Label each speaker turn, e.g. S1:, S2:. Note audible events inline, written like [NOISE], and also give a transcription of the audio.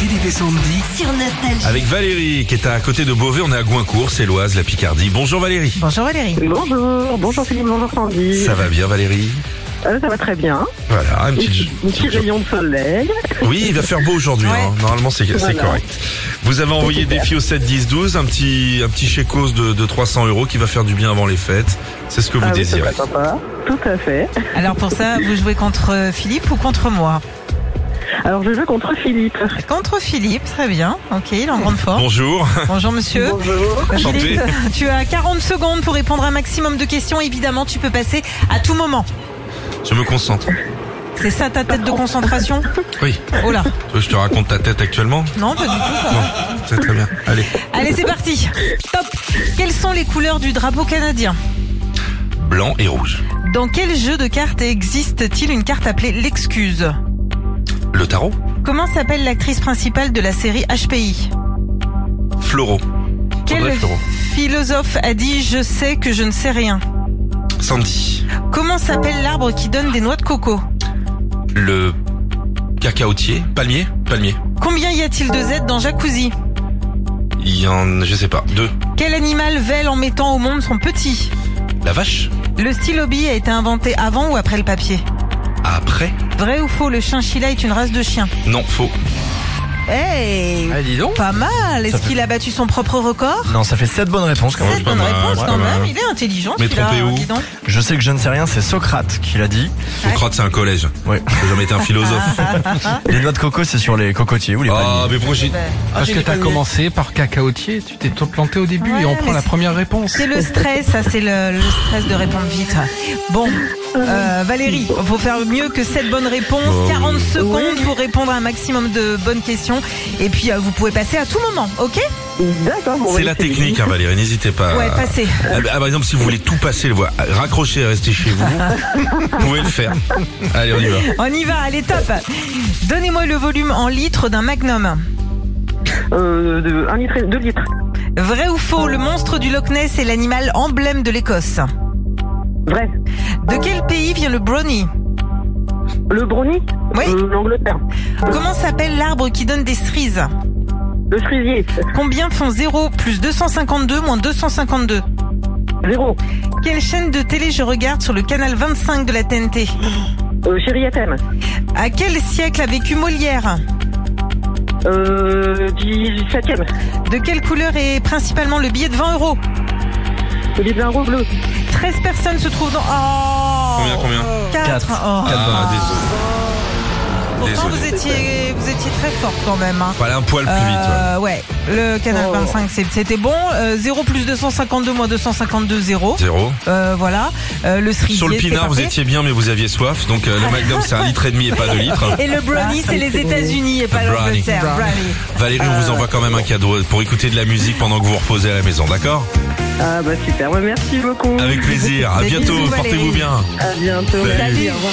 S1: Philippe et Sandy.
S2: sur Nostalgie.
S3: Avec Valérie qui est à côté de Beauvais, on est à Goincourt, c'est l'Oise, la Picardie. Bonjour Valérie.
S4: Bonjour Valérie.
S5: Bonjour, bonjour Philippe, bonjour Sandy.
S3: Ça va bien Valérie
S5: Euh, ça va très bien.
S3: Voilà, un petit...
S5: Petit, petit rayon de soleil.
S3: Oui, il va faire beau aujourd'hui, hein. normalement c'est c'est
S5: Voilà.
S3: correct. Vous avez envoyé des filles au 7, 10, 12, un petit, un petit chèque-cause de, de 300 euros qui va faire du bien avant les fêtes. C'est ce que vous
S5: Ah oui, ça
S3: désirez.
S5: va sympa. Tout à fait.
S4: Alors pour ça, vous jouez contre Philippe ou contre moi
S5: Alors je joue contre Philippe.
S4: Contre Philippe, très bien. Ok, il est en grande forme.
S3: Bonjour. [LAUGHS]
S4: Bonjour monsieur.
S5: Bonjour.
S3: Enchanté.
S4: Philippe, tu as 40 secondes pour répondre à un maximum de questions. Évidemment, tu peux passer à tout moment.
S3: Je me concentre.
S4: C'est ça ta tête de concentration
S3: Oui.
S4: Oh là,
S3: Tu veux que je te raconte ta tête actuellement
S4: non, pas du tout.
S3: Non, c'est très bien. Allez.
S4: Allez, c'est parti. Top. Quelles sont les couleurs du drapeau canadien
S3: Blanc et rouge.
S4: Dans quel jeu de cartes existe-t-il une carte appelée l'excuse
S3: Le tarot
S4: Comment s'appelle l'actrice principale de la série HPI
S3: Floraux.
S4: Quel
S3: Audrey Fleurot.
S4: philosophe a dit Je sais que je ne sais rien
S3: Sandy.
S4: Comment s'appelle l'arbre qui donne des noix de coco
S3: Le cacaotier. Palmier Palmier.
S4: Combien y a-t-il de Z dans Jacuzzi
S3: Il y en je sais pas. Deux.
S4: Quel animal vèle en mettant au monde son petit
S3: La vache
S4: Le stylo-bille a été inventé avant ou après le papier
S3: Ah, Après
S4: Vrai ou faux, le chinchilla est une race de chien
S3: Non, faux.
S4: Hey
S6: Ah, dis donc.
S4: Pas mal Est-ce qu'il a battu son propre record
S6: Non, ça fait 7 bonnes réponses quand
S4: Cette
S6: même.
S3: pas
S4: bonne
S3: mal,
S4: réponse
S3: pas
S4: quand
S3: mal.
S4: même, il est intelligent
S3: Mais
S4: celui-là, hein,
S3: trompé où
S4: dis
S3: [LAUGHS]
S4: donc.
S6: Je sais que je ne sais rien, c'est Socrate qui l'a dit.
S3: Socrate, c'est un collège.
S6: Ouais.
S3: J'ai jamais été un
S4: Ah,
S3: philosophe.
S6: Les noix de coco, c'est sur les cocotiers ou les
S3: Ah,
S6: palmiers.
S3: mais prochaine.
S4: ben.
S7: Parce que t'as commencé par cacaotier, tu t'es planté au début
S4: Ouais,
S7: et on
S4: mais
S7: prend la
S4: c'est-
S7: première réponse.
S4: C'est le stress, ça c'est le, le stress de répondre vite. Bon, euh, Valérie, faut faire mieux que 7 bonnes réponses,
S3: Oh, oui.
S4: 40 secondes pour répondre à un maximum de bonnes questions. Et puis euh, vous pouvez passer à tout moment, ok
S5: D'accord. bon,
S3: C'est
S5: oui,
S3: la
S5: Philippe.
S3: technique, hein, Valérie, n'hésitez pas.
S4: Ouais, passez.
S3: Ah, bah, par exemple, si vous voulez tout passer, voilà, raccrocher et rester chez vous, vous pouvez le faire. Allez, on y va.
S4: On y va, allez top Donnez-moi le volume en litres d'un magnum.
S5: Euh, de, un litre, et- deux litres.
S4: Vrai ou faux, le monstre du Loch Ness est l'animal emblème de l'Écosse.
S5: Vrai.
S4: De quel pays vient le brownie
S5: Le brownie.
S4: Oui.
S5: Euh, L'Angleterre.
S4: Comment s'appelle l'arbre qui donne des cerises
S5: Le frisier.
S4: Combien font 0 plus 252 moins 252
S5: Zéro.
S4: Quelle chaîne de télé je regarde sur le canal 25 de la TNT
S5: Euh, chérie FM.
S4: À quel siècle a vécu Molière
S5: Euh, 17ème.
S4: De quelle couleur est principalement le billet de 20 euros
S5: Le d'un euro bleu.
S4: 13 personnes se trouvent dans... Oh
S3: Combien, combien
S4: 4.
S6: Quatre.
S3: Ah, désolé.
S4: Pourtant, vous
S3: désolé.
S4: étiez, vous étiez très fort quand même. hein.
S3: Voilà, un poil plus vite.
S4: Euh, ouais, le canal
S5: Oh.
S4: 25 c'est- c'était bon. Euh, 0 plus 252 moins 252, 0.
S3: ouais. Zéro.
S4: Euh, voilà. Euh, le cerisier.
S3: Sur le
S4: c'est
S3: pinard, vous
S4: parfait.
S3: étiez bien, mais vous aviez soif. Donc, euh,
S4: [LAUGHS]
S3: le McDonald's, c'est un litre et demi et pas deux litres.
S4: Et le brownie, c'est les États-Unis et pas
S3: Brownie.
S4: l'Angleterre. Brownie.
S3: Valérie, on vous envoie quand
S4: Euh,
S3: même un cadeau pour écouter de la musique pendant que vous vous reposez à la maison, d'accord
S5: Ah bah super. Ouais, merci beaucoup.
S3: Avec plaisir. À
S4: Des
S3: bientôt.
S4: bisous,
S3: Portez-vous
S4: Valérie.
S3: bien.
S5: À bientôt.
S3: Salut.
S5: Au revoir.